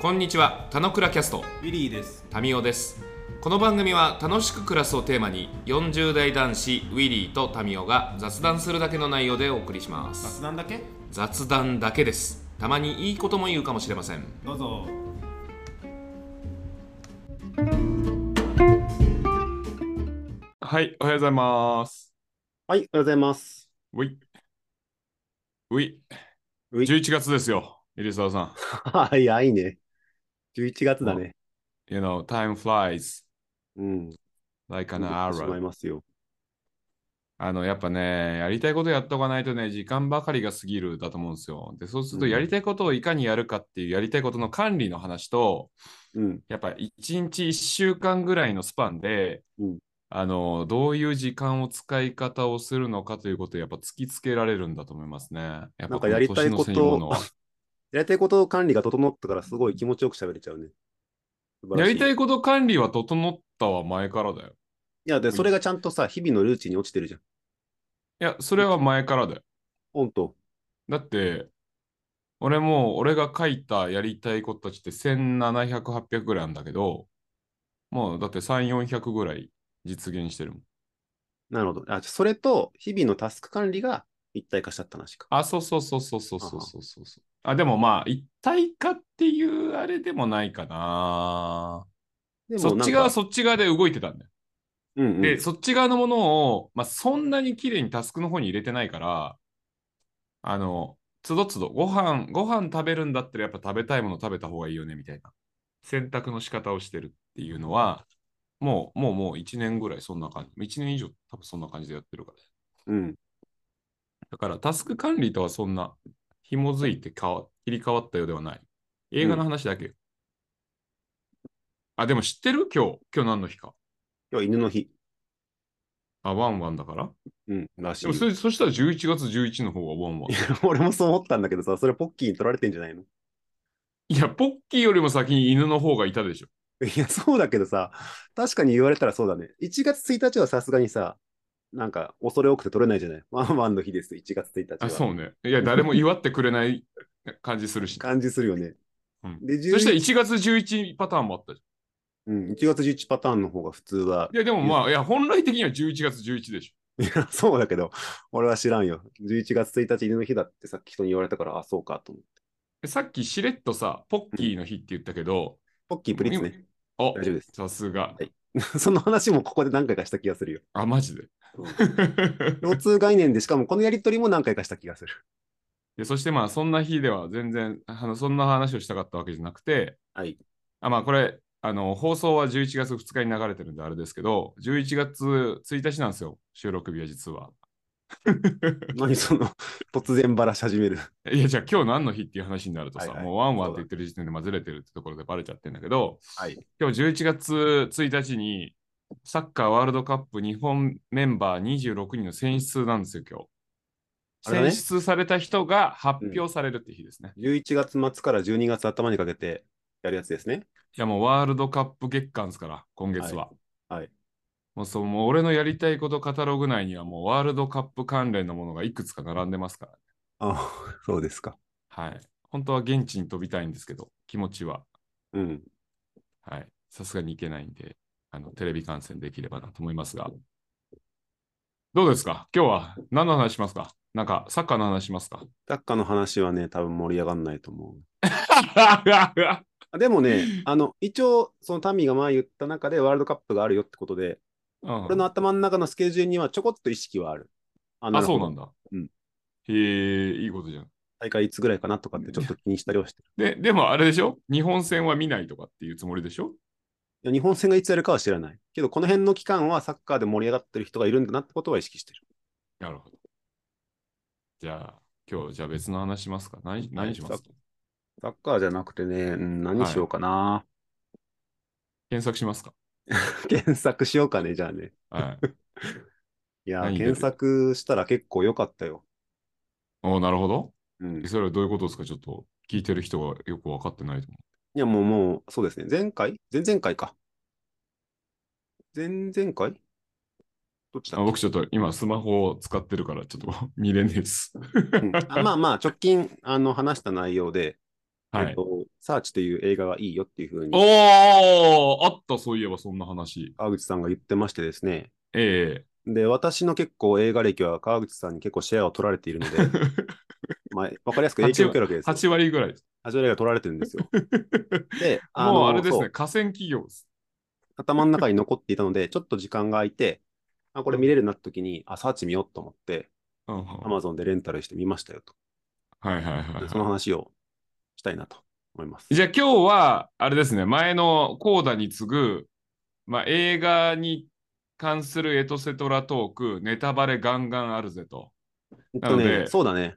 こんにちは、たのくらキャスト、ウィリーです。タミオです。この番組は楽しく暮らすをテーマに、40代男子ウィリーとタミオが雑談するだけの内容でお送りします。雑談だけ雑談だけです。たまにいいことも言うかもしれません。どうぞ。はい、おはようございます。はい、おはようございます。ういうい。うい11月ですよ、入澤さ 早いね。11月だね。ん。You know, time flies うん。 like an 飛んでってしまい arrow. ますよ。あの、やっぱね、やりたいことやっとかないとね、時間ばかりが過ぎるだと思うんですよ。で、そうすると、うんやりたいことをいかにやるかっていう、やりたいことの管理の話と、うん。やっぱ1日1週間ぐらいのスパンで、うんあの、どういう時間を使い方をするのかということをやっぱ突きつけられるんだと思いますね。やっなぱんかやりたいこのこ年の瀬にものとは、やりたいこと管理が整ったからすごい気持ちよく喋れちゃうね。やりたい。いいこと管理は整ったは前からだよ。や、で、それがちゃんとさ、日々のルーチンに落ちてるじゃん。いや、それは前からだよ。ほんと。だって、俺も、俺が書いたやりたいことたちって1700、800ぐらいあるんだけど、もうだって3、400ぐらい実現してるもん。なるほど。あ、それと、日々のタスク管理が一体化したって話か。あ、そうそうそうそうそうそうそうそうそう。あ、でもまあ、一体化っていうあれでもないかな。でそっなんちか側、そっち側で動いてたんだよ。うんうん、で、そっち側のものを、まあ、そんなに綺麗にタスクの方に入れてないから、あの、つどつど、ご飯、ご飯食べるんだったらやっぱ食べたいもの食べた方がいいよね、みたいな。選択の仕方をしてるっていうのは、もう、もう、もう1年ぐらいそんな感じ。1年以上多分そんな感じでやってるから。うん。だからタスク管理とはそんな、紐づいて変わ切り替わったようではない。映画の話だけよ。あ、でも知ってる今日、今日何の日か。今日犬の日。あ、ワンワンだからうん。らしいでもよ。それそしたら11月11の方がワンワンい。や 俺もそう思ったんだけどさ、それポッキーに取られてんじゃないのいや、ポッキーよりも先に犬の方がいたで しょ。いや、そうだけどさ、確かに言われたらそうだね。1月1日はさすがにさ、なんか恐れ多くて取れないじゃない。ワンワンの日です、1月1日は。あ、そうね。いや、誰も祝ってくれない感じす るし。感じするよね。うんで、そしたら11 1月11パターンもあったじうん、1月11パターンの方が普通はゃん。い、や、でもまあ、いや、本来的には11月11でしいや そうだけど、俺は知らんよ。11月1日犬の日だってさっき人に言われたから、あ、そうかと思っょ。て。さっきしれっとさ、ポッキーの日って言ったけど、ポッキープリッツね。お大丈夫です。 さすが。その話もここで何回かした気がするよ。あ、マジで。共通概念で、しかもこのやりとりも何回かした気がする。でそしてまあ、そんな日では全然、あのそんな話をしたかったわけじゃなくて、はい。あまあ、これ、あの放送は11月2日に流れてるんであれですけど、11月1日なんですよ、収録日は実は。何その、突然ばらし始める。いや、じゃあ今日何の日っていう話になるとさ、はいはいもうワンワンって言ってる時点でまあずれてるってところでバレちゃってるんだけど、はい。今日11月1日にサッカーワールドカップ日本メンバー26人の選出なんですよ、今あ日。れだね選出された人が発表されるって日ですね。 11月末から12月頭にかけてやるやつですね。いや、もうワールドカップ月間ですから、今月は。はいはいもうそう、もう俺のやりたいことカタログ内にはもうワールドカップ関連のものがいくつか並んでますから、あ そうですか。はい。本当は現地に飛びたいんですけど、気持ちは。うん。はい。さすがに行けないんで、あの、テレビ観戦できればなと思いますが。どうですか今日は何の話しますかなんか、サッカーの話しますか サッカーの話はね、多分盛り上がんないと思う。あでもね、あの、一応、そのタミが前言った中でワールドカップがあるよってことで、うん俺の頭の中のスケジュールにはちょこっと意識はある。ああ、そうなだ。んだ。うんへえ、いいことじゃん。大会いつぐらいかなとかってちょっと気にしたりはしてるで、でもあれでしょ日本戦は見ないとかっていうつもりでしょいや。日本戦がいつやるかは知らない。けど、この辺の期間はサッカーで盛り上がってる人がいるんだなってことは意識してる。なるほど。じゃあ、今日、じゃあ別の話しますか何何しまはすいかサッカーじゃなくてね、うん、何しようかな。検索しますか検索しようかね、じゃあね。はい。 いやー、何出る検索したら結構良かったよ。おなるほど。うん。いそれはどういうことですかちょっと聞いてる人がよく分かってないと思う。や、もう、もう、そうですね。前回前々回か。前々回どっちだあ僕ちょっと今スマホを使ってる からちょっと見れねえです。うんあまあまあ、直近、あの、話した内容で、はえっい。と、サーチという映画がいいよっていうふうに、おーあった、そういえばそんな話。川口さんが言ってましてですね。えで、私の結構映画歴は川口さんに結構シェアを取られているの で、まあ、わかりやすく影響を受けるわけ ですえよ。 8割ぐらいです。 8割が取られてるんで すよ。で、もうあれですそね、う河川企業です。頭の中に残っていたので、ちょっと時間が空いて、あ、これ見れるなって時に、あ、サーチ見ようと思って、うんうんはい Amazon でレンタルしてみましたよと。はいはいはいでその話をしたいなと思います。じゃあ今日は、あれですね、前のコーダに次ぐ、まあ、映画に関するエトセトラトーク、ネタバレガンガンあるぜと。えっなとのねで、そうだね。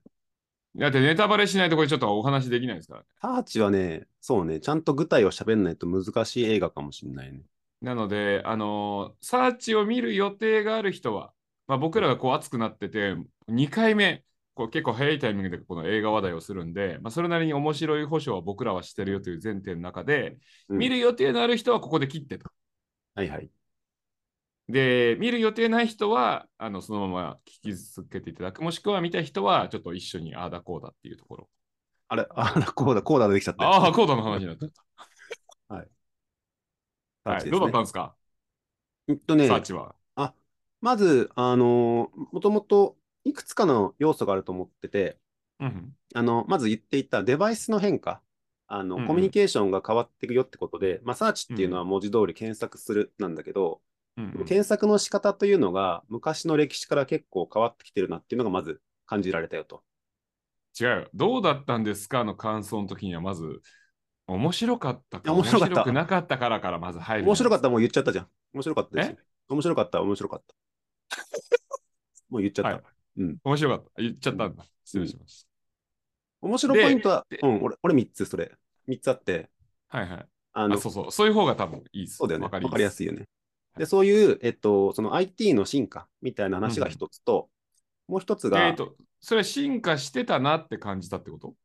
だってネタバレしないとこれちょっとお話できないですから。サーチはね、そうね、ちゃんと具体を喋んないと難しい映画かもしれないね。なので、あのーサーチを見る予定がある人は、まあ、僕らがこう熱くなってて、2回目、こう結構早いタイミングでこの映画話題をするんで、まあ、それなりに面白い保証は僕らはしてるよという前提の中で、うん見る予定のある人はここで切ってと。はいはい。で、見る予定ない人は、あのそのまま聞き続けていただく、もしくは見た人は、ちょっと一緒にああだこうだっていうところ。あれ、あら、こうだ、こうだできちゃったよ。ああ、コーダの話になっちゃっサ た。ーはチい、ですねどうだったんですか、えっとねサ、ーチは。まず、あのもともといくつかの要素があると思ってて、うんあの、まず言っていたデバイスの変化。あの、うんうんコミュニケーションが変わっていくよってことで、まあ、サーチっていうのは文字通り検索するなんだけど、うん。うんうん検索の仕方というのが昔の歴史から結構変わってきてるなっていうのがまず感じられたよと。違うよ。どうだったんですかの感想の時には、まず、面白かったかいや面白かった面白くなかったからから、まず入る。面白かったもう言っちゃったじゃん。面白かったですえよ。面白かった、面白か った。もう言っちゃった。はいうん面白かった。言っちゃったんだ。失礼しまし面白ポイントはで、うん、俺、俺3つそれ。3つあって、た。はいはい。あの、あ、そうそう。そういう方が多分いいです。そうだよね。わわかかりりやすいよね。で、そういう、えっと、その IT の進化みたいな話が一つと、もう一つでが、えっと、それは進化してたなって感じたってこと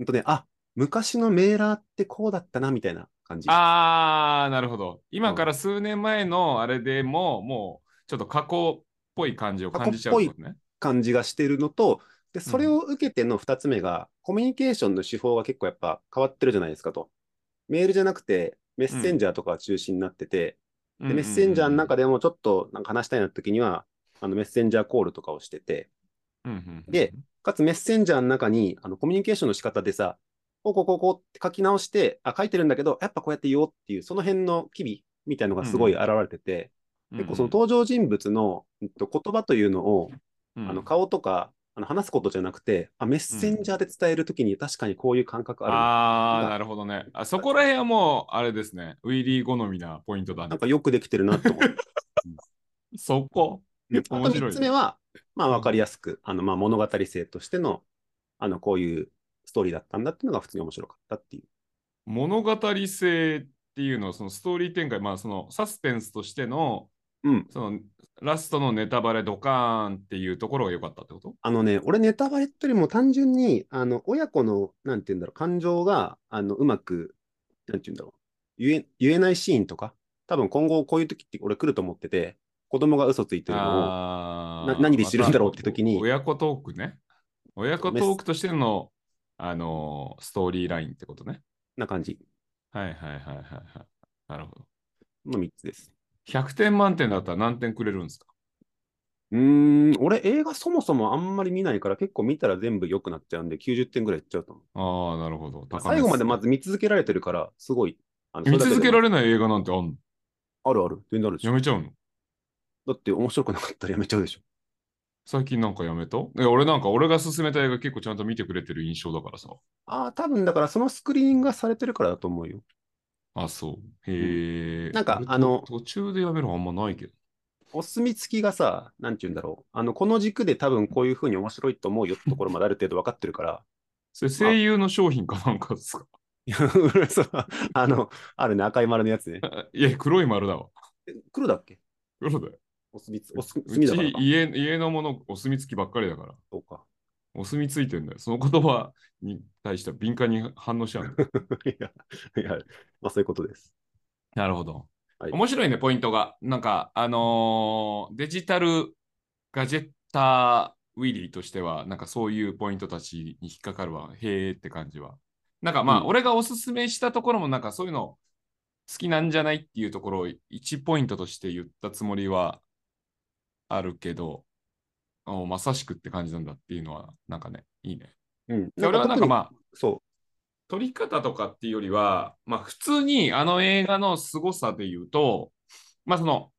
うんとね、あ昔のメーラーってこうだったなみたいな感じ。あー、なるほど。今から数年前のあれでも、もうちょっと過去っぽい感じを感じちゃうってことね。感じがしてるのと、で、それを受けての2つ目が、コミュニケーションの手法が結構やっぱ変わってるじゃないですかと。メールじゃなくて、メッセンジャーとかが中心になってて、ででメッセンジャーの中でもちょっとなんか話したいなって時には、あのメッセンジャーコールとかをしてて、で、かつメッセンジャーの中にあのコミュニケーションの仕方でさ、こうこうこうこうって書き直して、あ、書いてるんだけど、やっぱこうやって言おうっていう、その辺の機微みたいのがすごい現れてて、結構その登場人物の、うんと、言葉というのを、うん、あのうん顔とかあの話すことじゃなくて、あ、メッセンジャーで伝えるときに確かにこういう感覚あるな。あなー、んかなるほどね。あそこら辺はもう、あれですね。ウィリー好みなポイントだなねん。かよくできてるなと思って。そこ。うんあ 面と白い3つ目は、まあ分かりやすく、あのまあ物語性としての、あのこういうストーリーだったんだっていうのが普通に面白かったっていう。物語性っていうのは、そのストーリー展開、まあ、そのサスペンスとしての、うん。そのラストのネタバレドカーンっていうところが良かったってことあのね、俺ネタバレってよりも単純に、あの、親子の、なんて言うんだろう、感情が、あの、うまく、なんて言うんだろう、言え、言えないシーンとか、多分今後こういう時って俺来ると思ってて、子供が嘘ついてるのを、あな何で知るんだろうって時にまた親子トークね。親子トークとしての、あのーストーリーラインってことね。な感じはいはいはいはい。はいなるほど。の3つです。 100点満点だったら何点くれるんですかうーん、俺映画そもそもあんまり見ないから結構見たら全部良くなっちゃうんで90点ぐらいいっちゃうと思う。ああ、なるほど。高めっす最後までまず見続けられてるから、すごい。あの見続けられれない映画なんてあんのあるある。全然あるでしやょ。めちゃうのだって面白くなかったらやめちゃうでしょ。最近なんかやめたえ俺なんか俺が勧めた映画結構ちゃんと見てくれてる印象だからさ。ああ、多分だからそのスクリーニングがされてるからだと思うよ。あ、そう。へえ、なんか俺あの途中でやめるのあんまないけど。お墨付きがさ、なんて言うんだろう。あの、この軸で多分こういう風に面白いと思うよってところまである程度分かってるから。 それ声優の商品かなんかですか いや、俺そうあの、あるね、赤い丸のやつね。いや、黒い丸だわ。え黒だっけ黒だよ。お墨付き、お墨う墨だからちか。家家のものお墨付きばっかりだから。そうか。 お墨付いてんだよ。その言葉に対しては敏感に反応しちゃうんだよいや、いや、まあそういうことです。なるほど。はい面白いね、ポイントが。なんか、あのーデジタルガジェッターウィリーとしては、なんかそういうポイントたちに引っかかるわ。へーって感じは。なんかまあ、うん俺がおすすめしたところもなんかそういうの好きなんじゃないっていうところを1ポイントとして言ったつもりはあるけど、おまさしくって感じなんだっていうのはなんかね、いいね。うん。で俺はなんかまあ、あ、そ撮り方とかっていうよりは、まあ、普通にあの映画の凄さで言うと、まあ、その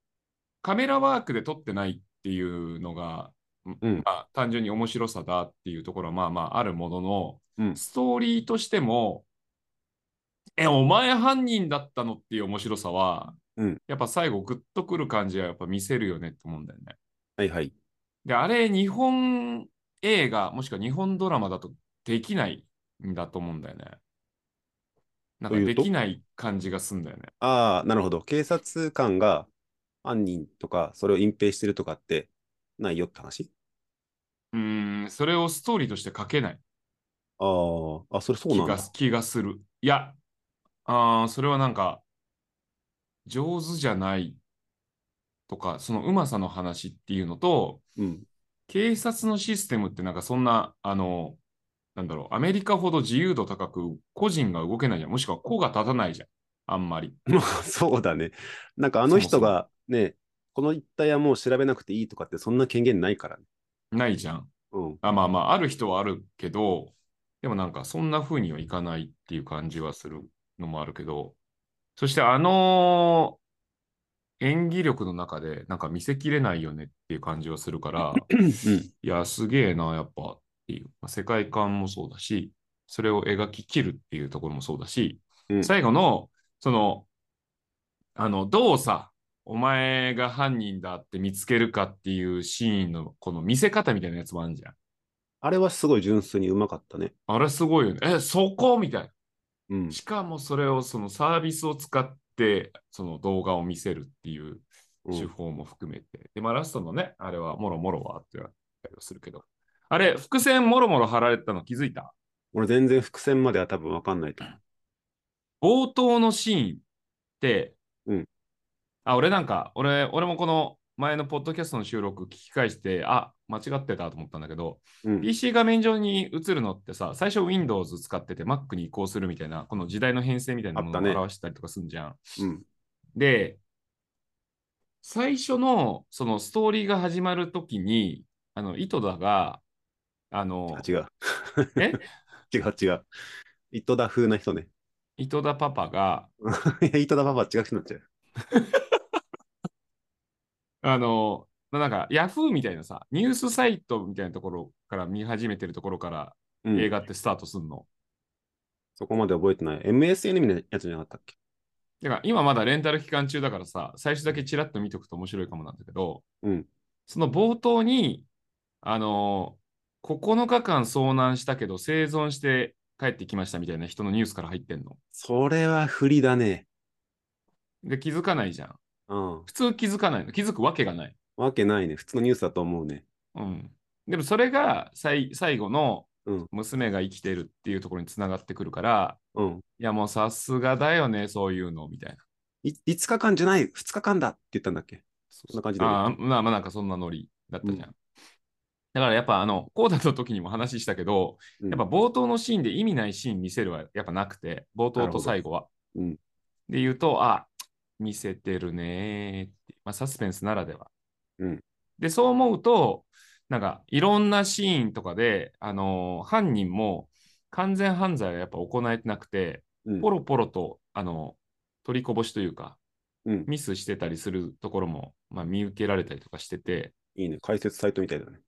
カメラワークで撮ってないっていうのが、うんまあ、単純に面白さだっていうところはまあまああるものの、うんストーリーとしてもえお前犯人だったのっていう面白さは、うんやっぱ最後グッとくる感じはやっぱ見せるよねって思うんだよね。う。はいはい。で、あれ、日本映画、もしくは日本ドラマだとできないんだと思うんだよね。なんとかいうでときない感じがすんだよね。ああ、なるほど。警察官が犯人とか、それを隠蔽してるとかってないよって話うーん、それをストーリーとして書けないあーあ、それそう気なんがだ。気がする。いや、あーそれはなんか、上手じゃないとか、そのうまさの話っていうのと、うん。警察のシステムってなんかそんな、あの、なんだろう、アメリカほど自由度高く、個人が動けないじゃん。もしくは個が立たないじゃん。あんまり。 まあ、そうだね。なんかあの人がね、この一帯はもう調べなくていいとかってそんな権限ないからね。ないじゃん。うん。あまあまあ、ある人はあるけど、でもなんかそんな風にはいかないっていう感じはするのもあるけど、そしてあの演技力の中でなんか見せきれないよねっていう感じはするから、うん。いや、すげえな、やっぱっていう、まあ世界観もそうだし、それを描ききるっていうところもそうだし、うん最後の、その、あの、どうさ、お前が犯人だって見つけるかっていうシーンのこの見せ方みたいなやつもあるじゃん。あれはすごい純粋にうまかったね。あれすごいよね。え、そこみたいうんな。。しかもそれをそのサービスを使って、その動画を見せるっていううん手法も含めて。で、まあラストのね、あれはもろもろはってやったりはするけど。あれ、伏線もろもろ貼られてたの気づいた俺全然伏線までは多分わかんないと思う。冒頭のシーンって、うんあ、俺なんか、俺、俺もこの前のポッドキャストの収録聞き返して、あ、間違ってたと思ったんだけど、うん。 PC 画面上に映るのってさ、最初 Windows 使ってて Mac に移行するみたいな、この時代の変遷みたいなもあのったをね表したりとかすんじゃん。うん。で、最初のそのストーリーが始まるときに、あの、井戸田が、あのあ、違う。え違う違う。糸田風な人ね。 井戸田パパが、いや、糸田パパは違う人になっちゃう。あの、まあなんか Yahoo みたいなさ、ニュースサイトみたいなところから見始めてるところからうん映画ってスタートすんの。そこまで覚えてない。MSN みたいなやつじゃなかったっけだから今まだレンタル期間中だからさ、最初だけチラッと見とくと面白いかもなんだけど、うん。その冒頭に、あの9日間遭難したけど生存して帰ってきましたみたいな人のニュースから入ってんの。それは振りだね。で、気づかないじゃん。うん。普通気づかないの。気づくわけがない。わけないね。普通のニュースだと思うね。うん。でもそれが最最後のうん娘が生きてるっていうところにつながってくるから、うん。いやもうさすがだよね、そういうの、みたいな。い5日間じゃない、2日間だって言ったんだっけそんな感じだよねあーまあまあなんかそんなノリだったじゃん。うんだからやっぱあの、コーダの時にも話したけど、うんやっぱ冒頭のシーンで意味ないシーン見せるはやっぱなくて、冒頭と最後は。なるほどうんで言うと、あ、見せてるねーって、まあ、サスペンスならでは。うんで、そう思うと、なんかいろんなシーンとかで、あのー犯人も完全犯罪はやっぱ行えてなくて、うんポロポロと、あの取りこぼしというか、うん。ミスしてたりするところも、まあ、見受けられたりとかしてて、いいね。解説サイトみたいだね。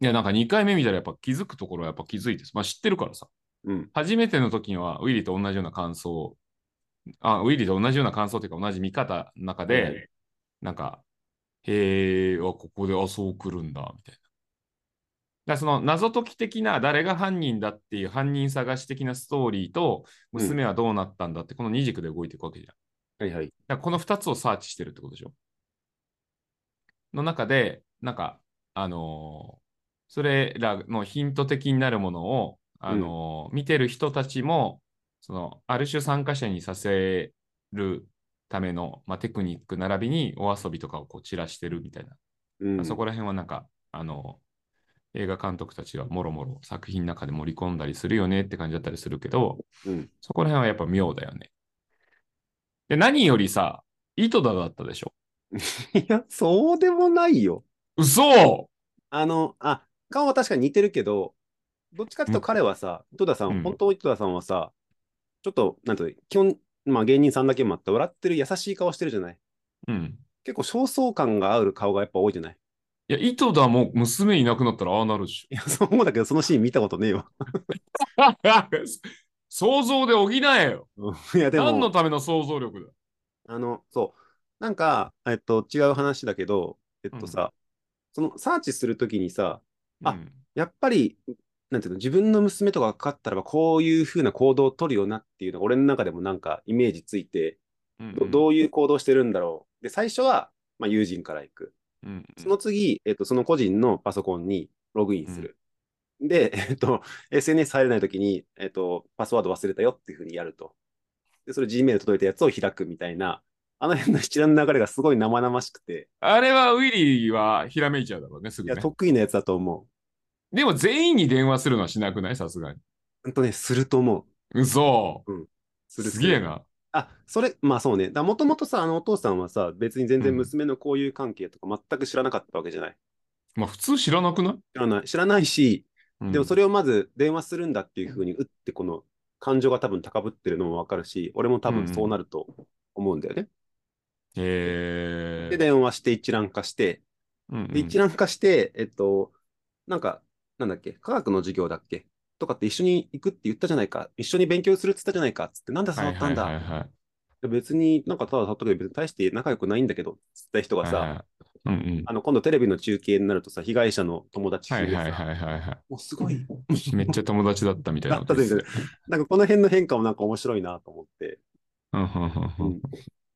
いや、なんか2回目見たらやっぱ気づくところはやっぱ気づいて、まあ知ってるからさ、うん。初めての時にはウィリーと同じような感想、あウィリーと同じような感想というか同じ見方の中で、なんか、へえ、あ、ここで、あ、そう来るんだ、みたいな。だからその謎解き的な誰が犯人だっていう犯人探し的なストーリーとうん娘はどうなったんだって、この二軸で動いていくわけじゃん。はいはい。だからこの2つをサーチしてるってことでしょの中で、なんか、あのーそれらのヒント的になるものを、あのー見てる人たちも、その、ある種参加者にさせるための、まあ、テクニック並びにお遊びとかをこう散らしてるみたいな。うん。そこら辺はなんか、あの映画監督たちがもろもろ作品の中で盛り込んだりするよねって感じだったりするけど、うんそこら辺はやっぱ妙だよね。で、何よりさ、井戸田だったでしょ。 いや、そうでもないよ。嘘あの、あ、顔は確かに似てるけど、どっちかっていうと彼はさ、井戸田さん、うん本当井戸田さんはさ、ちょっと、なんと、基本、まあ芸人さんだけもあって、笑ってる優しい顔してるじゃない。うん。結構、焦燥感がある顔がやっぱ多いじゃない。 いや、井戸田も娘いなくなったらああなるでしいや、そう思うんだけど、そのシーン見たことねえわ。ょ。 想像で補えよ。 いや、でも。何のための想像力だ。あの、そう。なんか、えっと、違う話だけど、えっとさ、その、サーチするときにさ、あうんやっぱり、なんていうの、自分の娘とかがかかったらば、こういうふうな行動を取るよなっていうのが、俺の中でもなんかイメージついて、うんどどういう行動してるんだろう。で、最初は、まあ、友人から行く。うんその次、えっと、その個人のパソコンにログインする。で、えっと、SNS 入れないときに、えっと、パスワード忘れたよっていうふうにやると。で、それ Gmail 届いたやつを開くみたいな、あの辺の一覧の流れがすごい生々しくて、あれはウィリーはひらめいちゃうだろうね、すいぐや、ね。得意なやつだと思う。でも全員に電話するのはしなくないさすがに。ほんとね、すると思う。嘘するすげえ。な。あ、それ、まあそうね。だもともとさ、あのお父さんはさ、別に全然娘の交友関係とか全く知らなかったわけじゃない。まあ普通知らなくない、知らない。知らないし、でもそれ。れをまず電話するんだっていうふうに、うってこの感情が多分高ぶってるのもわかるし、俺も多分そうなると思うんだよね。へで、え。電話して一覧化して、うんうんで一覧化して、えっと、なんか、なんだっけ、科学の授業だっけとかって一緒に行くって言ったじゃないか、一緒に勉強するって言ったじゃないかっつって、なんでは触いったはいんだ、はいはい。で別になんかただ触ったけど別に大して仲良くないんだけどっつった人がさ、はいはいうんうん。あの今度テレビの中継になるとさ、被害者の友達はい風でさ、はいはいはいはもうすごい、い。めっちゃ友達だったみたいだなっこたとでですすねね。。なんかこの辺の変化もなんか面白いなと思って、うんうんうんうん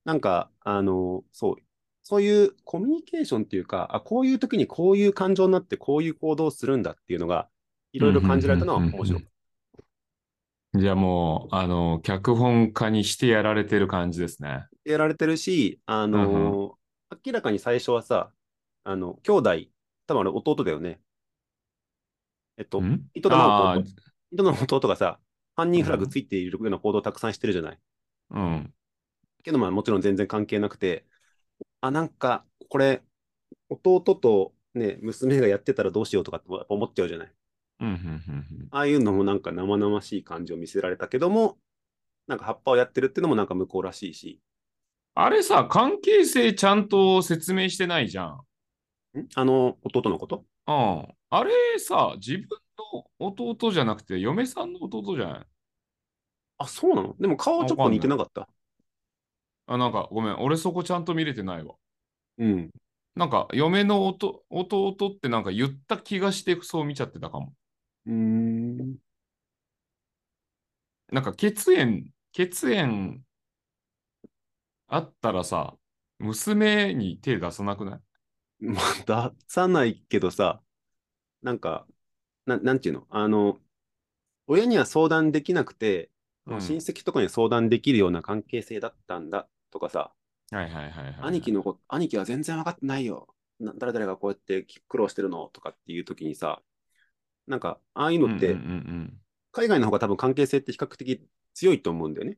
なんか、あの、そう、そういうコミュニケーションっていうか、あ、こういう時にこういう感情になってこういう行動をするんだっていうのが、いろいろ感じられたのは面白かっじゃあもう、あの、脚本家にしてやられてる感じですね。た。やられてるし、あの、うん明らかに最初はさ、あの、兄弟、多分あれ弟だよね。えっと、ん井戸田直あ子と井戸田の弟がさ、犯人フラグついているような行動をたくさんしてるじゃない。あうん。けど、まあ、もちろん全然関係なくて、あ、なんか、これ、弟とね、娘がやってたらどうしようとかって思っちゃうじゃない。うんうんうんうんああいうのもなんか生々しい感じを見せられたけども、なんか葉っぱをやってるっていうのもなんか向こうらしいし、あれさ、関係性ちゃんと説明してないじゃん。んあの、弟のことうん。あれさ、自分の弟じゃなくて、嫁さんの弟じゃないあ、そうなのでも顔はちょっと似てなかった。あ、なんかごめん、俺そこちゃんと見れてないわ。うん。なんか、嫁のおと弟ってなんか言った気がして、そう見ちゃってたかも。うーん。なんか、血縁、血縁あったらさ、娘に手出さなくないまあ、出さないけどさ、なんか、ななんていうのあの、親には相談できなくて、うん親戚とかに相談できるような関係性だったんだとかさ、はいはいはいはい。兄貴のこと、兄貴は全然分かってないよ。な誰々がこうやって苦労してるのとかっていう時にさ、なんか、ああいうのっうんてうん、うんうん海外の方が多分関係性って比較的強いと思うんだよね。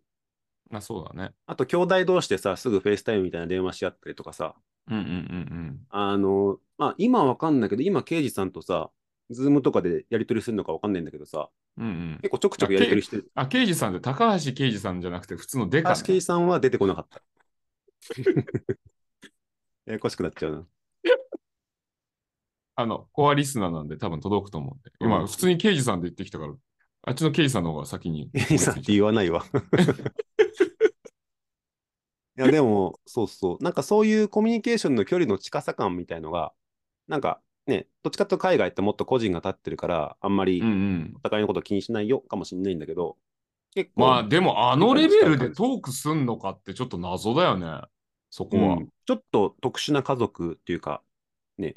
まあ、そうだね。あと、兄弟同士でさ、すぐフェイスタイムみたいな電話し合ったりとかさ、うんうんうんあの、まあ、今わかんないけど、今、刑事さんとさ、ズームとかでやり取りするのかわかんないんだけどさ、うん。うんうん。結構ちょくちょくやり取りしてる。あ、刑事さんって高橋刑事さんじゃなくて普通のデカ、あね。刑事さんは出てこなか った。ややこしくなっちゃうな。あの、コアリスナーなんで多分届くと思うんで。うん今、普通に刑事さんで言ってきたから、あっちの刑事さんの方が先に。刑事さんって言わないわ。 いや、でも、そうそう。なんかそういうコミュニケーションの距離の近さ感みたいのが、なんかね、どっちかというと海外ってもっと個人が立ってるから、あんまりうんうんお。互いのこと気にしないよかもしれないんだけど、結構、まあ、でもあのレベルでトークすんのかってちょっと謎だよね。そこは。ういんちょっと特殊な家族っていうか、ね、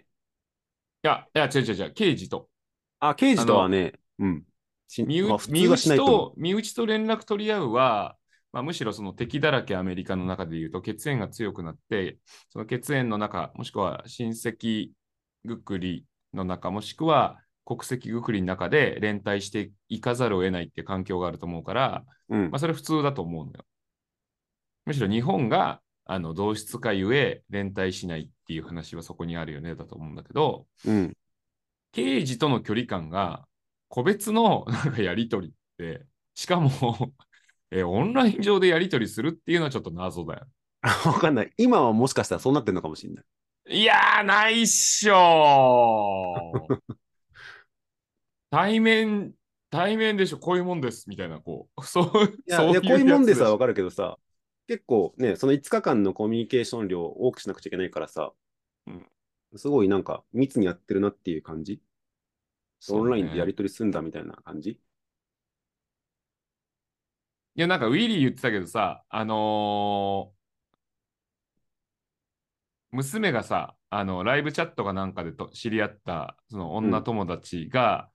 や、いや、違う違う違う、刑事と。あ、刑事とはね、うん。し身内,、まあ普身通はしな内いと思うと身内と連絡取り合うは、まあ、むしろその敵だらけアメリカの中で言うと血縁が強くなって、その血縁の中、もしくは親戚ぐくりの中、もしくは国籍ぐくりの中で連帯していかざるを得ないっていう環境があると思うから、うんまあ、それ普通だと思うのよ。むしろ日本があの同質化ゆえ連帯しないっていう話はそこにあるよねだと思うんだけど、うん刑事との距離感が個別のなんかやり取りって、しかも えオンライン上でやり取りするっていうのはちょっと謎だよ。 わかんない。今はもしかしたらそうなってるのかもしれない。いやー、ないっしょー対面、対面でしょ、こういうもんです、みたいな、こう、そう、いや、そういいやこういうもんでさ、やつわかるけどさ、結構ね、その5日間のコミュニケーション量を多くしなくちゃいけないからさ、うんすごいなんか密にやってるなっていう感じ。しょオンラインでそやうねり取りすんだみたいな感じ。いや、なんか、ウィリー言ってたけどさ、あのー娘がさ、あの、ライブチャットかなんかでと知り合った、その女友達が、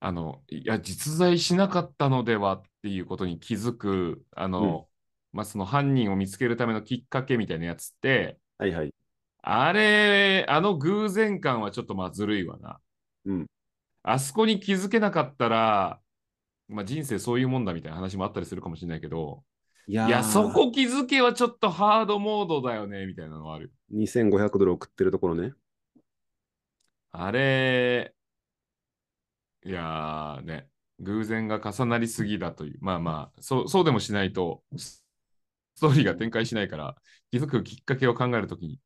あの、いや、実在しなかったのではっていうことに気づく、あの、まあ、その犯人を見つけるためのきっかけみたいなやつって、はいはい。あれ、あの偶然感はちょっとまあずるいわな。うんあそこに気づけなかったら、まあ、人生そういうもんだみたいな話もあったりするかもしれないけど、いやいや、ーそこ気づけはちょっとハードモードだよね、みたいなのある。 2500ドル送ってるところね。あれ、いやーね、偶然が重なりすぎだという、まあまあ、そうそうでもしないと、スストーリーが展開しないから、気づくきっかけを考えるときに、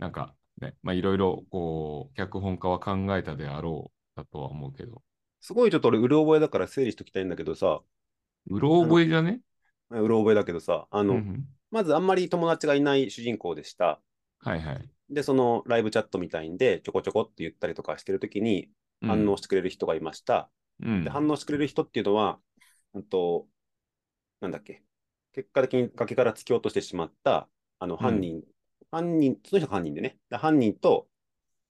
なんかね、まあいろいろ、こう、脚本家は考えたであろうだとは思うけど、すごいちょっと俺、うる覚えだから整理しときたいんだけどさ、うろ覚えじゃねまあうろ覚えだけどさ、あうの、んうんまずあんまり友達がいない主人公でした。はいはい。で、そのライブチャットみたいんで、ちょこちょこって言ったりとかしてるときに、うん反応してくれる人がいました。うんで、反応してくれる人っていうのは、うんと、なんだっけ、結果的に崖から突き落としてしまった、あの、犯人、犯人、その人が犯人でね、で犯人と、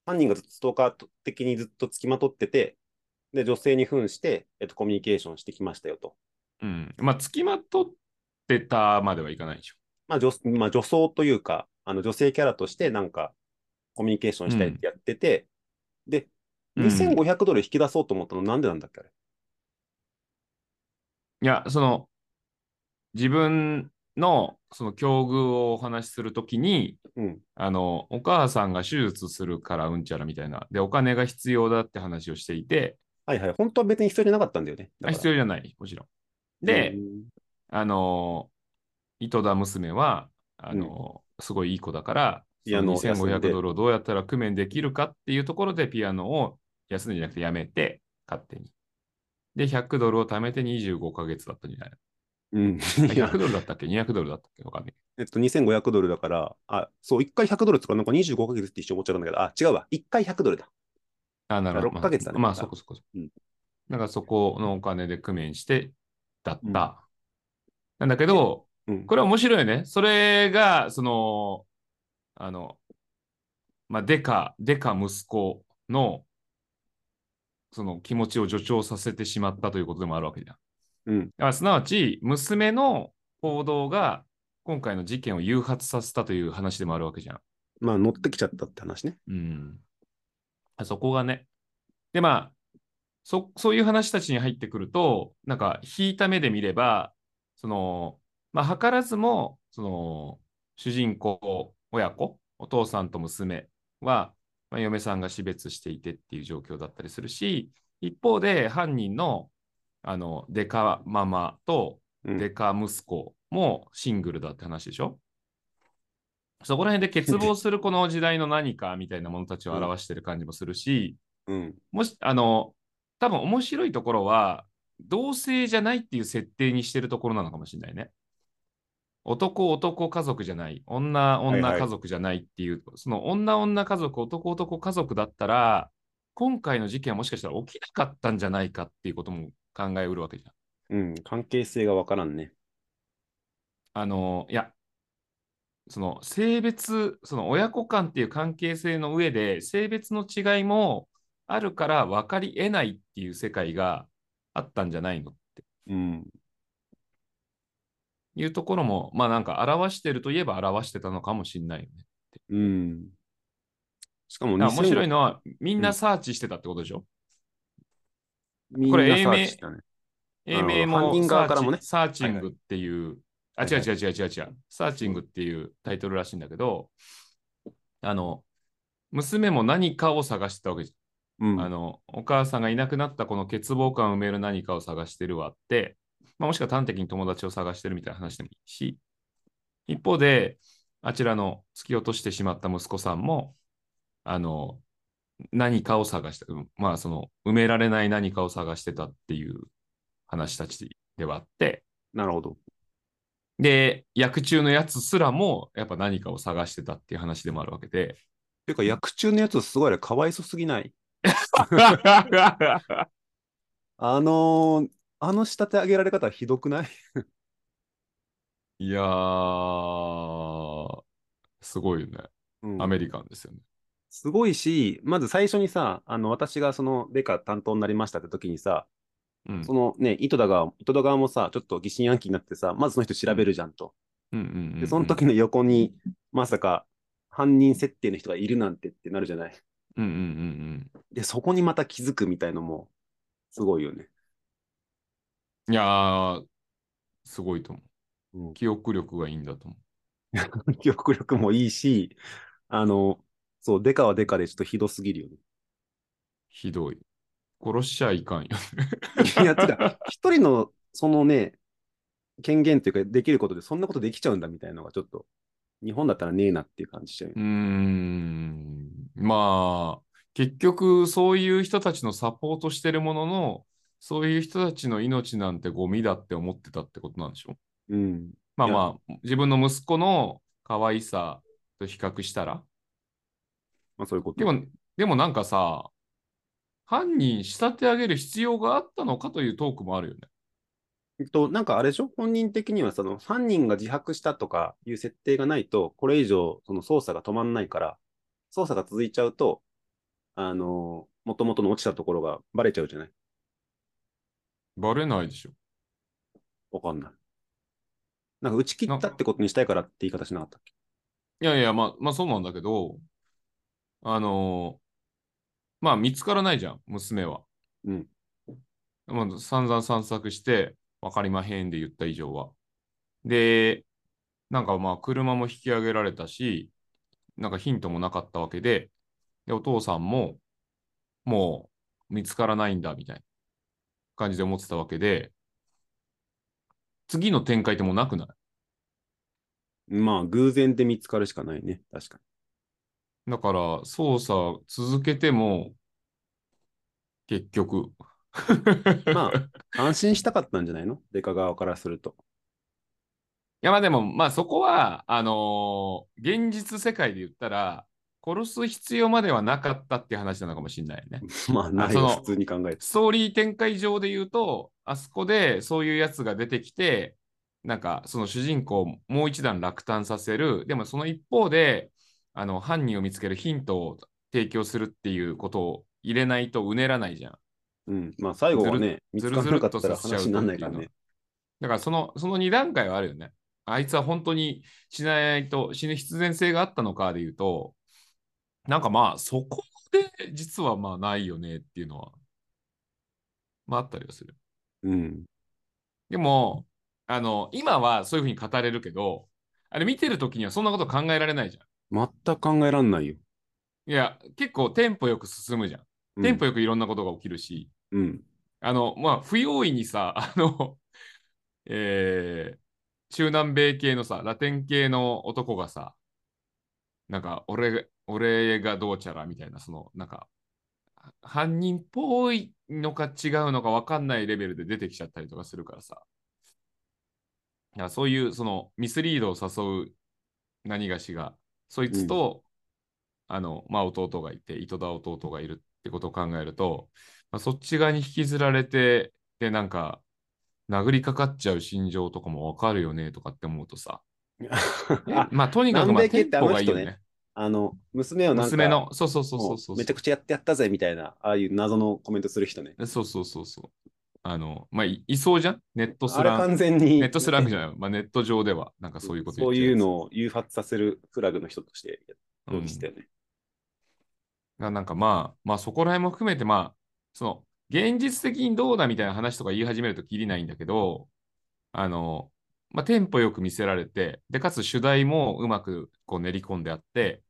犯人がずっとストーカー的にずっとつきまとってて、で、女性に扮して、えっと、コミュニケーションしてきましたよと。うん。まあ、つきまとってたまではいかないでしょ。まあ、女まあ、女装というか、あの女性キャラとして、なんか、コミュニケーションしたいってやってて、で、うん2500ドル引き出そうと思ったの、なんでなんだっけ、あれ。いや、その、自分のその境遇をお話しするときに、うん。あの、お母さんが手術するからうんちゃらみたいな、で、お金が必要だって話をしていて、はいはい。本当は別に必要じゃなかったんだよね。あ必要要じゃない、もちろん。で、あの、糸田娘は、あの、すごいいい子だから、ピアノをその休んで2500ドルをどうやったら工面できるかっていうところで、ピアノを休んでじゃなくてやめて、勝手に。で、100ドルを貯めて25ヶ月だったんじゃないうん。いや100ドルだったっけ ?200 ドルだったっけわかんない。 えっと、2500ドルだから、あ、そう、1回100ドルつかなんか25ヶ月って一緒思っちゃったんだけど、あ、違うわ。1回100ドルだ。あ、なるほど。 6ヶ月だねまあ、まあまだそこそこそこ。うんなんかそこのお金で工面して、だった。うんなんだけど、うん。これは面白いよね。それが、その、あの、まあ、デカ、デカ息子の、その気持ちを助長させてしまったということでもあるわけじゃん。うん。だからすなわち、娘の行動が今回の事件を誘発させたという話でもあるわけじゃん。まあ、乗ってきちゃったって話ね。うん。そこがね。で、まあ、そ、そういう話たちに入ってくると、なんか、引いた目で見れば、その、まあ、図らずも、その、主人公、親子、お父さんと娘は、まあ、嫁さんが死別していてっていう状況だったりするし、一方で、犯人の、あの、デカママと、うんデカ息子もシングルだって話でしょ、そこら辺で欠乏するこの時代の何かみたいなものたちを表してる感じもするし、 うん。もし、あの、多分面白いところは、同性じゃないっていう設定にしてるところなのかもしれないね。男、男家族じゃない、女、はい女はい家族じゃないっていう、その女、女家族、男、男家族だったら、今回の事件はもしかしたら起きなかったんじゃないかっていうことも考えうるわけじゃん。うん。関係性がわからんね。あの、いや、その性別、その親子間っていう関係性の上で、性別の違いもあるから分かり得ないっていう世界があったんじゃないのってうん。いうところも、まあなんか表してるといえば表してたのかもしれないよね。うん。しかもだから面白い2000のは、みんなサーチしてたってことでしょ、みんこなサれーチしたね。英名あのも犯人側からもねサーチサーチングっていう、はいあ、は違いう違う違う違う違う、サーチングっていうタイトルらしいんだけど、あの、娘も何かを探してたわけじうん。あの、お母さんがいなくなったこの欠乏感を埋める何かを探してるわって、まあ、もしくは端的に友達を探してるみたいな話でもいいし、一方で、あちらの突き落としてしまった息子さんも、あの、何かを探して、うんまあ、その、埋められない何かを探してたっていう話たちではあって、なるほど。で、役中のやつすらも、やっぱ何かを探してたっていう話でもあるわけ で。ていうか、役中のやつすごいあれ、かわいそすぎないあのー、あの仕立て上げられ方ひどくないいやー、すごいよね。うんアメリカンですよね。すごいし、まず最初にさ、あの、私がその、デカ担当になりましたって時にさ、うん。そのね、井戸田が、井戸田側もさ、ちょっと疑心暗鬼になってさ、まずその人調べるじゃんと。うんうんうんうんで、その時の横に、まさか、犯人設定の人がいるなんてってなるじゃない。うんうんうんで、そこにまた気づくみたいのも、すごいよね。 うん。いやー、すごいと思うんう。記憶力がいいんだと思記憶力もいいし、あの、そう、デカはデカでちょっとひどすぎるよね。う。ひどい。殺しちゃいかんよ。いや、つうか、一人の、そのね、権限というか、できることで、そんなことできちゃうんだみたいなのが、ちょっと、日本だったらねえなっていう感じしちゃうようね。ーん。まあ、結局、そういう人たちのサポートしてるものの、そういう人たちの命なんてゴミだって思ってたってことなんでしょうん。まあまあ、自分の息子の可愛さと比較したら。まあ、そういうこと。でも、でもなんかさ、犯人仕立て上げる必要があったのかというトークもあるよね。えっと、なんかあれでしょ本人的には、その、犯人が自白したとかいう設定がないと、これ以上、その捜査が止まんないから、捜査が続いちゃうと、あのー、もともとの落ちたところがバレちゃうじゃないバレないでしょ。わかんない。なんか打ち切ったってことにしたいからって言い方しなかったっけいやいや、まあ、まあそうなんだけど、あのーまあ見つからないじゃん、娘は。うん。まあ、散々散策して、わかりまへんで言った以上は。で、なんかまあ車も引き上げられたし、なんかヒントもなかったわけで、で、お父さんも、もう見つからないんだ、みたいな感じで思ってたわけで、次の展開ってもうなくないまあ、偶然で見つかるしかないね。確かだから、捜査続けても、結局。 まあいに。安心したかったんじゃないのデカ側からすると。 や、まあでも、まあそこは、あのー現実世界で言ったら、殺す必要まではなかったっていう話なのかもしれないよね。まあ、ないそよの普通に考えて。ストーリー展開上で言うと、あそこでそういうやつが出てきて、なんかその主人公をもう一段落胆させる、でもその一方で、あの犯人を見つけるヒントを提供するっていうことを入れないとうねらないじゃん。うん。まあ、最後はね、見ずつるからずなるかっったとらさせちゃう話にならないからね。だからその、その2段階はあるよね。あいつは本当に死なないと死ぬ必然性があったのかで言うと、なんかまあそこで実はまあないよねっていうのは、まああったりはする。うん。でも、あの、今はそういうふうに語れるけど、あれ見てる時にはそんなこと考えられないじゃ全く考えらんないよ。ん。いや、結構テンポよく進むじゃん。うんテンポよくいろんなことが起きるし、 うん。あの、まあ、不用意にさ、 あの、えー中南米系のさ、ラテン系の男がさ、なんか、俺が、俺がどうちゃらみたいな、その、なんか、犯人っぽいのか違うのか分かんないレベルで出てきちゃったりとかするからさ。いやそういう、その、ミスリードを誘う何がしが、そいつと、あの、まあ、弟がいて、糸田弟がいるってことを考えると、まあ、そっち側に引きずられて、で、なんか、殴りかかっちゃう心情とかもわかるよねとかって思うとさ。あまあ、とにかく、まあ、南米系テっンてあのポ人がいいよねね。あの、娘をなんか、娘の、そうそうそうそもうそううめちゃくちゃやってやったぜみたいな、ああいう謎のコメントする人ね。そうそうそうそう。あの、まあ、いいそうじゃんネットスあれラング。完全に、ネットスラングじゃないわ。まあ、ネット上では、なんかそういうこと言そっうてるいうやつのを誘発させるフラグの人としてう表ん示したよね。ななんかまあ、まあそこら辺も含めて、まあ、その、現実的にどうだみたいな話とか言い始めるときりないんだけど、あの、まあ、テンポよく見せられて、で、かつ主題もうまくこう練り込んであって、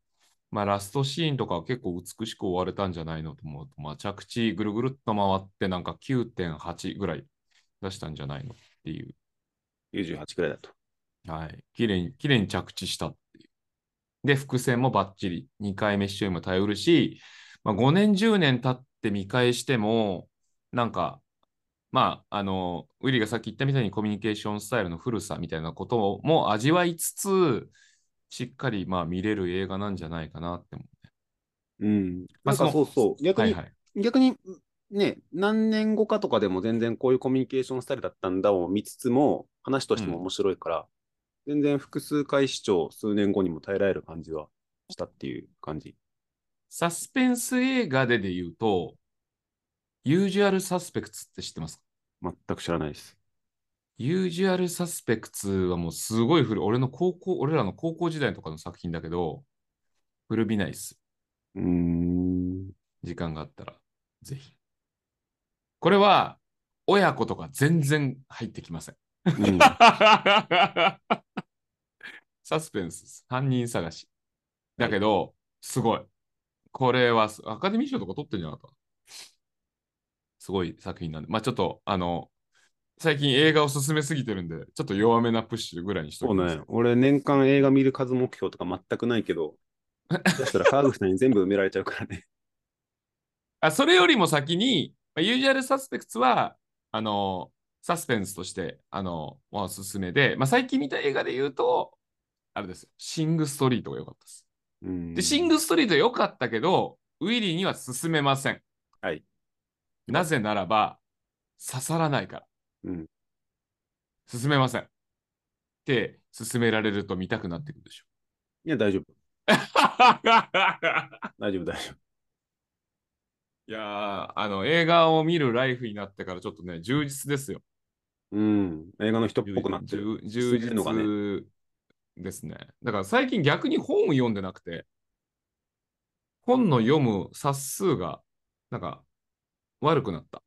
まあ、ラストシーンとかは結構美しく終われたんじゃないのと思うと、まあ、着地ぐるぐるっと回ってなんか9.8ぐらい出したんじゃないのっていう。 98くらいだと。はい。綺麗に、綺麗に着地したっていう。で、伏線もバッチリ。2回目視聴にも頼るし、まあ、5年、10年経って見返しても、なんか、まあ、あの、ウィリーがさっき言ったみたいにコミュニケーションスタイルの古さみたいなことも味わいつつ、しっかりまあ見れる映画なんじゃないかなって思う、ね。うん。まあ、そうそう。逆に、はいはい、逆に、ね、何年後かとかでも全然こういうコミュニケーションスタイルだったんだを見つつも、話としても面白いから、うん、全然複数回視聴、数年後にも耐えられる感じはしたっていう感じ。サスペンス映画でで言うと、ユージュアルサスペクツって知ってますか全く知らないです。ユージュアルサスペクツはもうすごい古い。俺の高校、俺らの高校時代とかの作品だけど、古びないっす。うん。 時間があったら、ぜひ。これは、親子とか全然入ってきません。うん、 サスペンス、犯人探し。だけど、はい、すごい。これは、アカデミー賞とか取ってんじゃなかったすごい作品なんで、まあちょっと、あの、最近映画を進めすぎてるんで、ちょっと弱めなプッシュぐらいにしときます。そうね。俺、年間映画見る数目標とか全くないけど、そしたら川口さんに全部埋められちゃうから ね。あそれよりも先に、まあ、ユージュアルサスペクツは、あのー、サスペンスとして、あのー、おすすめで、まあ、最近見た映画で言うと、あれですよ、シングストリートが良かったです。で、シングストリート良かったけど、ウィリーには進めません。はい。なぜならば、刺さらないから。うん、進めません。って、進められると見たくなってくるでし ょ。いや、大丈夫。大丈夫、大丈夫。いやあの、映画を見るライフになってからちょっとね、充実ですよ。うん、映画の人っぽくなってる。充実ですね。だから最近逆に本を読んでなくて、本の読む冊数が、なんか、悪くなった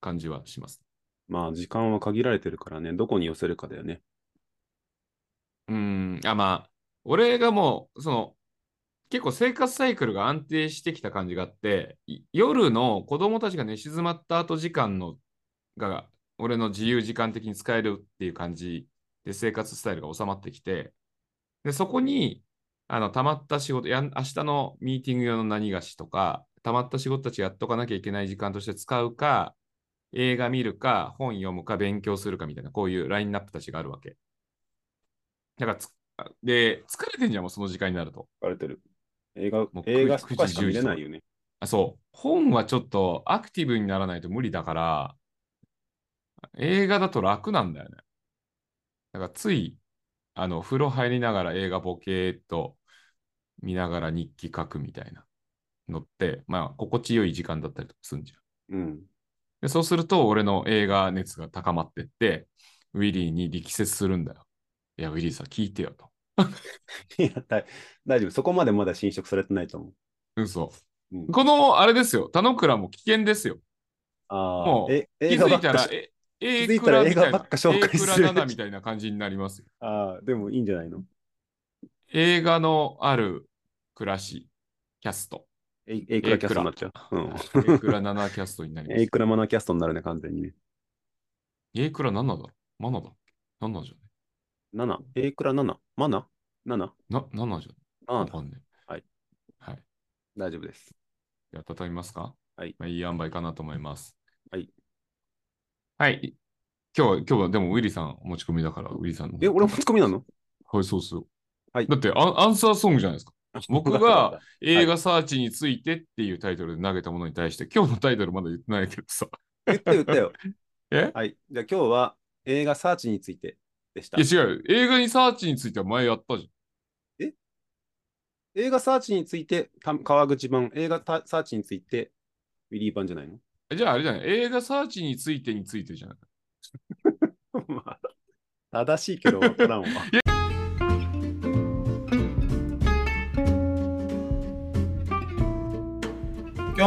感じはします。まあ、時間は限られてるからね、どこに寄せるかだよね。うん、あ、まあ、俺がもう、その、結構生活サイクルが安定してきた感じがあって、夜の子供たちが寝静まった後時間のが、俺の自由時間的に使えるっていう感じで生活スタイルが収まってきて、で、そこに、あの、溜まった仕事、や明日のミーティング用の何がしとか、溜まった仕事たちやっとかなきゃいけない時間として使うか、映画見るか、本読むか、勉強するかみたいな、こういうラインナップたちがあるわけ。だからで、疲れてんじゃん、もうその時間になると。疲れてる。映画、もう映画とかしか見れないよね。あ、そう。本はちょっとアクティブにならないと無理だから、映画だと楽なんだよね。だからつい、あの、風呂入りながら映画ボケーっと見ながら日記書くみたいなのって、まあ、心地よい時間だったりとかするんじゃん。うん。 でそうすると、俺の映画熱が高まってって、ウィリーに力説するんだよ。いや、ウィリーさん、聞いてよと。いや大、大丈夫。そこまでまだ侵食されてないと思う。嘘。うん、この、あれですよ。田之倉も危険ですよ。ああ。もう、え気づいたら、え、え、気づいたら映画ばっか紹介する。映画みたいな感じになりますよ。ああ、でもいいんじゃないの映画のある暮らし、キャスト。エイクラキャストになっちゃう。うん、エイクラ7キャストになります。エイクラ7キャストになるね、完全にね。エイクラ7だろ ?7 だっけ ?7 じゃね ?7。エイクラ7。マナ ?7? な、 7じゃねわかんねはい。はい。大丈夫です。じゃあ、畳みますかはい。まあ、いい塩梅かなと思います。はい。はい。今日は、今日はでもウィリーさん持ち込みだから、ウィリーさんえ、俺持ち込みなのはい、そうっすよ。はい。だってア、アンサーソングじゃないですか。 僕が映画サーチについてっていうタイトルで投げたものに対して、はい、今日のタイトルまだ言ってないけどさ。言った言ったよ。 えはい。じゃあ今日は映画サーチについてでした。 いや違うよ。映画にサーチについては前やったじゃん。え映画サーチについて、川口版、映画サーチについて、ウィリー版じゃないのじゃああれじゃない。映画サーチについてについてじゃない。 まあ、正しいけど分からんわ。今今